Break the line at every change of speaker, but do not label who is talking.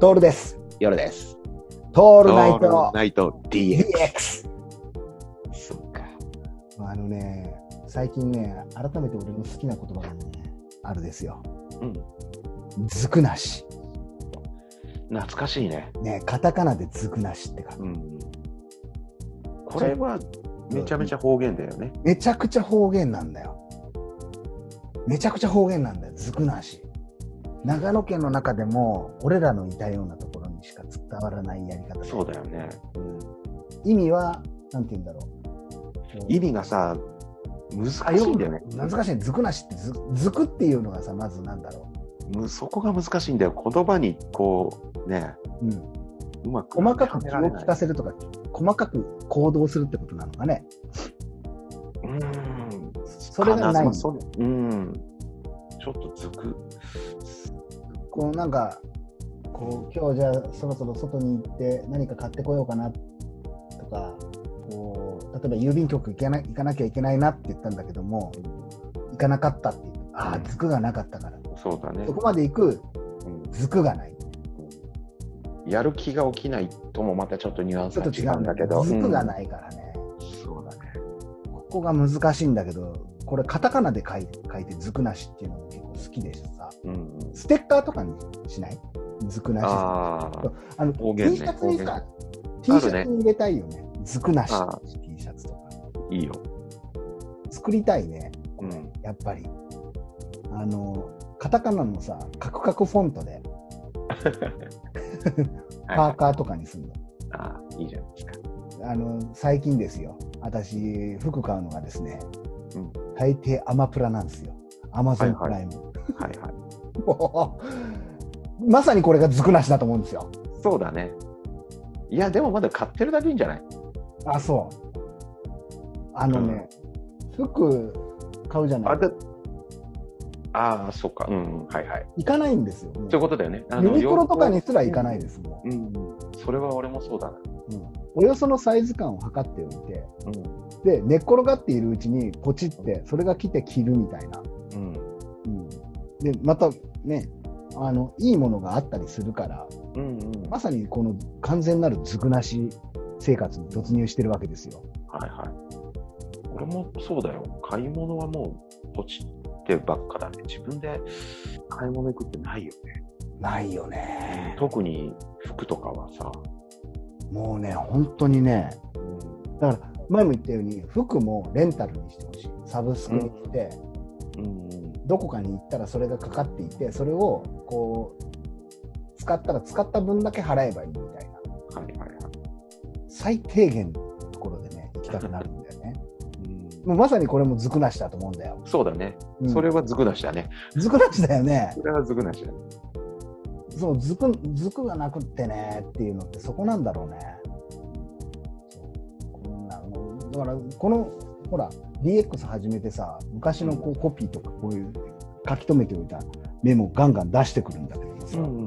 トールです。
夜です。
ト
オ
ールナイト
ナイト DX。
DX。
そっか。
あのね、最近ね、改めて俺の好きな言葉がね、あるですよ。
うん。
ずくなし。
懐かしいね。
ね、カタカナでずくなしって書く。
うん。これはめちゃめちゃ方言だよね。
めちゃくちゃ方言なんだよ。めちゃくちゃ方言なんだよ、ずくなし。長野県の中でも、俺らのいたようなところにしか伝わらないやり方
そうだよね。
うん意味は、なんて言うんだろう。
意味がさ、難しいんだよね。
難しい。ずくなしってず、ずくっていうのがさ、まずなんだろ
むそこが難しいんだよ。言葉にこう、ね、
う。うん。
うまく
細かく
はめ
気
ら
を
れない
利かせるとか、細かく行動するってことなのかね。
うん。
それがない
か。そううん。ちょっとずく。
こうなんか、こう今日じゃあそろそろ外に行って何か買ってこようかなとか、こう例えば郵便局行けな行かなきゃいけないなって言ったんだけども、行かなかったっていう。ああ、ずくがなかったから。
そうだね
そ。こまで行く、
うん
ずくがない。
やる気が起きないともまたちょっとニュアン
ち
ス
ょっ
が
と
違
違
う
うんん
だ
だ
け
け
ど。
ど、ずくが
い。
ないからね。
そうだね。
ここが難しいんだけど、これカタカナで書い書いてずくなしっていうのが結構好きでさ。
うんうん。
ステッカーとかにしないずくなし。あ
ああ。
の、
方言
T
ね
シャツにさ、T シャ
言あるね
ツに入れたいよね。ずくなし
あ
T シャツとか。
いいよ。
作りたいね、
うん。
やっぱり。あの、カタカナのさ、カクカクフォントで、パー
は
カーとかにすんの。
い、ああ、いいじゃないですか。
あの、最近ですよ。私、服買うのがですね、
うん
大抵アマプラなんですよ。アマゾンプライム。
はいはい。
もうまさにこれがずくなしだと思うんですよ。
そうだね。いや、でもまだ買ってるだけいいんじゃない
あ、そう。あのね、服買うじゃない
あだああ、そうか。うんうん、はいはい。
行かないんですよ。もう
そういうことだよね。あ
ユニクロとかに
洋
すら行かないですも
服うん。それは俺もそうだ
ん、
な。
うんおよそのサイズ感を測っておいて、
うん。
で、寝っ転がっているうちにポチって、それが来て着るみたいな。
うん。
うん、で、またね、あの、いいものがあったりするから、
うんうん。は
まさにこの完全なるずくなし生活に突入してるわけですよ。
いはい。俺もそうだよ。買い物はもう、ポチってばっかだね。自分で買い物行くってないよね。
ないよね。
特に服とかはさ。
もうね、本当にね、だから前も言ったように服もレンタルにしてほしいサブスクにして、
うん。うん。
どこかに行ったらそれがかかっていてそれをこう使ったら使った分だけ払えばいいみたいな
はいはいはい。
最低限のところでね行きたくなるんだよね
うん
もうまさにこれもずくなしだと思うんだよ、
そうだね。
うん
それはずくなしだね。
ずくなしだよね
それはずくなしだね。
そうずくずくがなくってねっていうのってそこなんだろうねそうこんなもうだからこのほら DX 始めてさ昔のこうコピーとかこういう書き留めておいたメモをガンガン出してくるんだけどもさ、
ん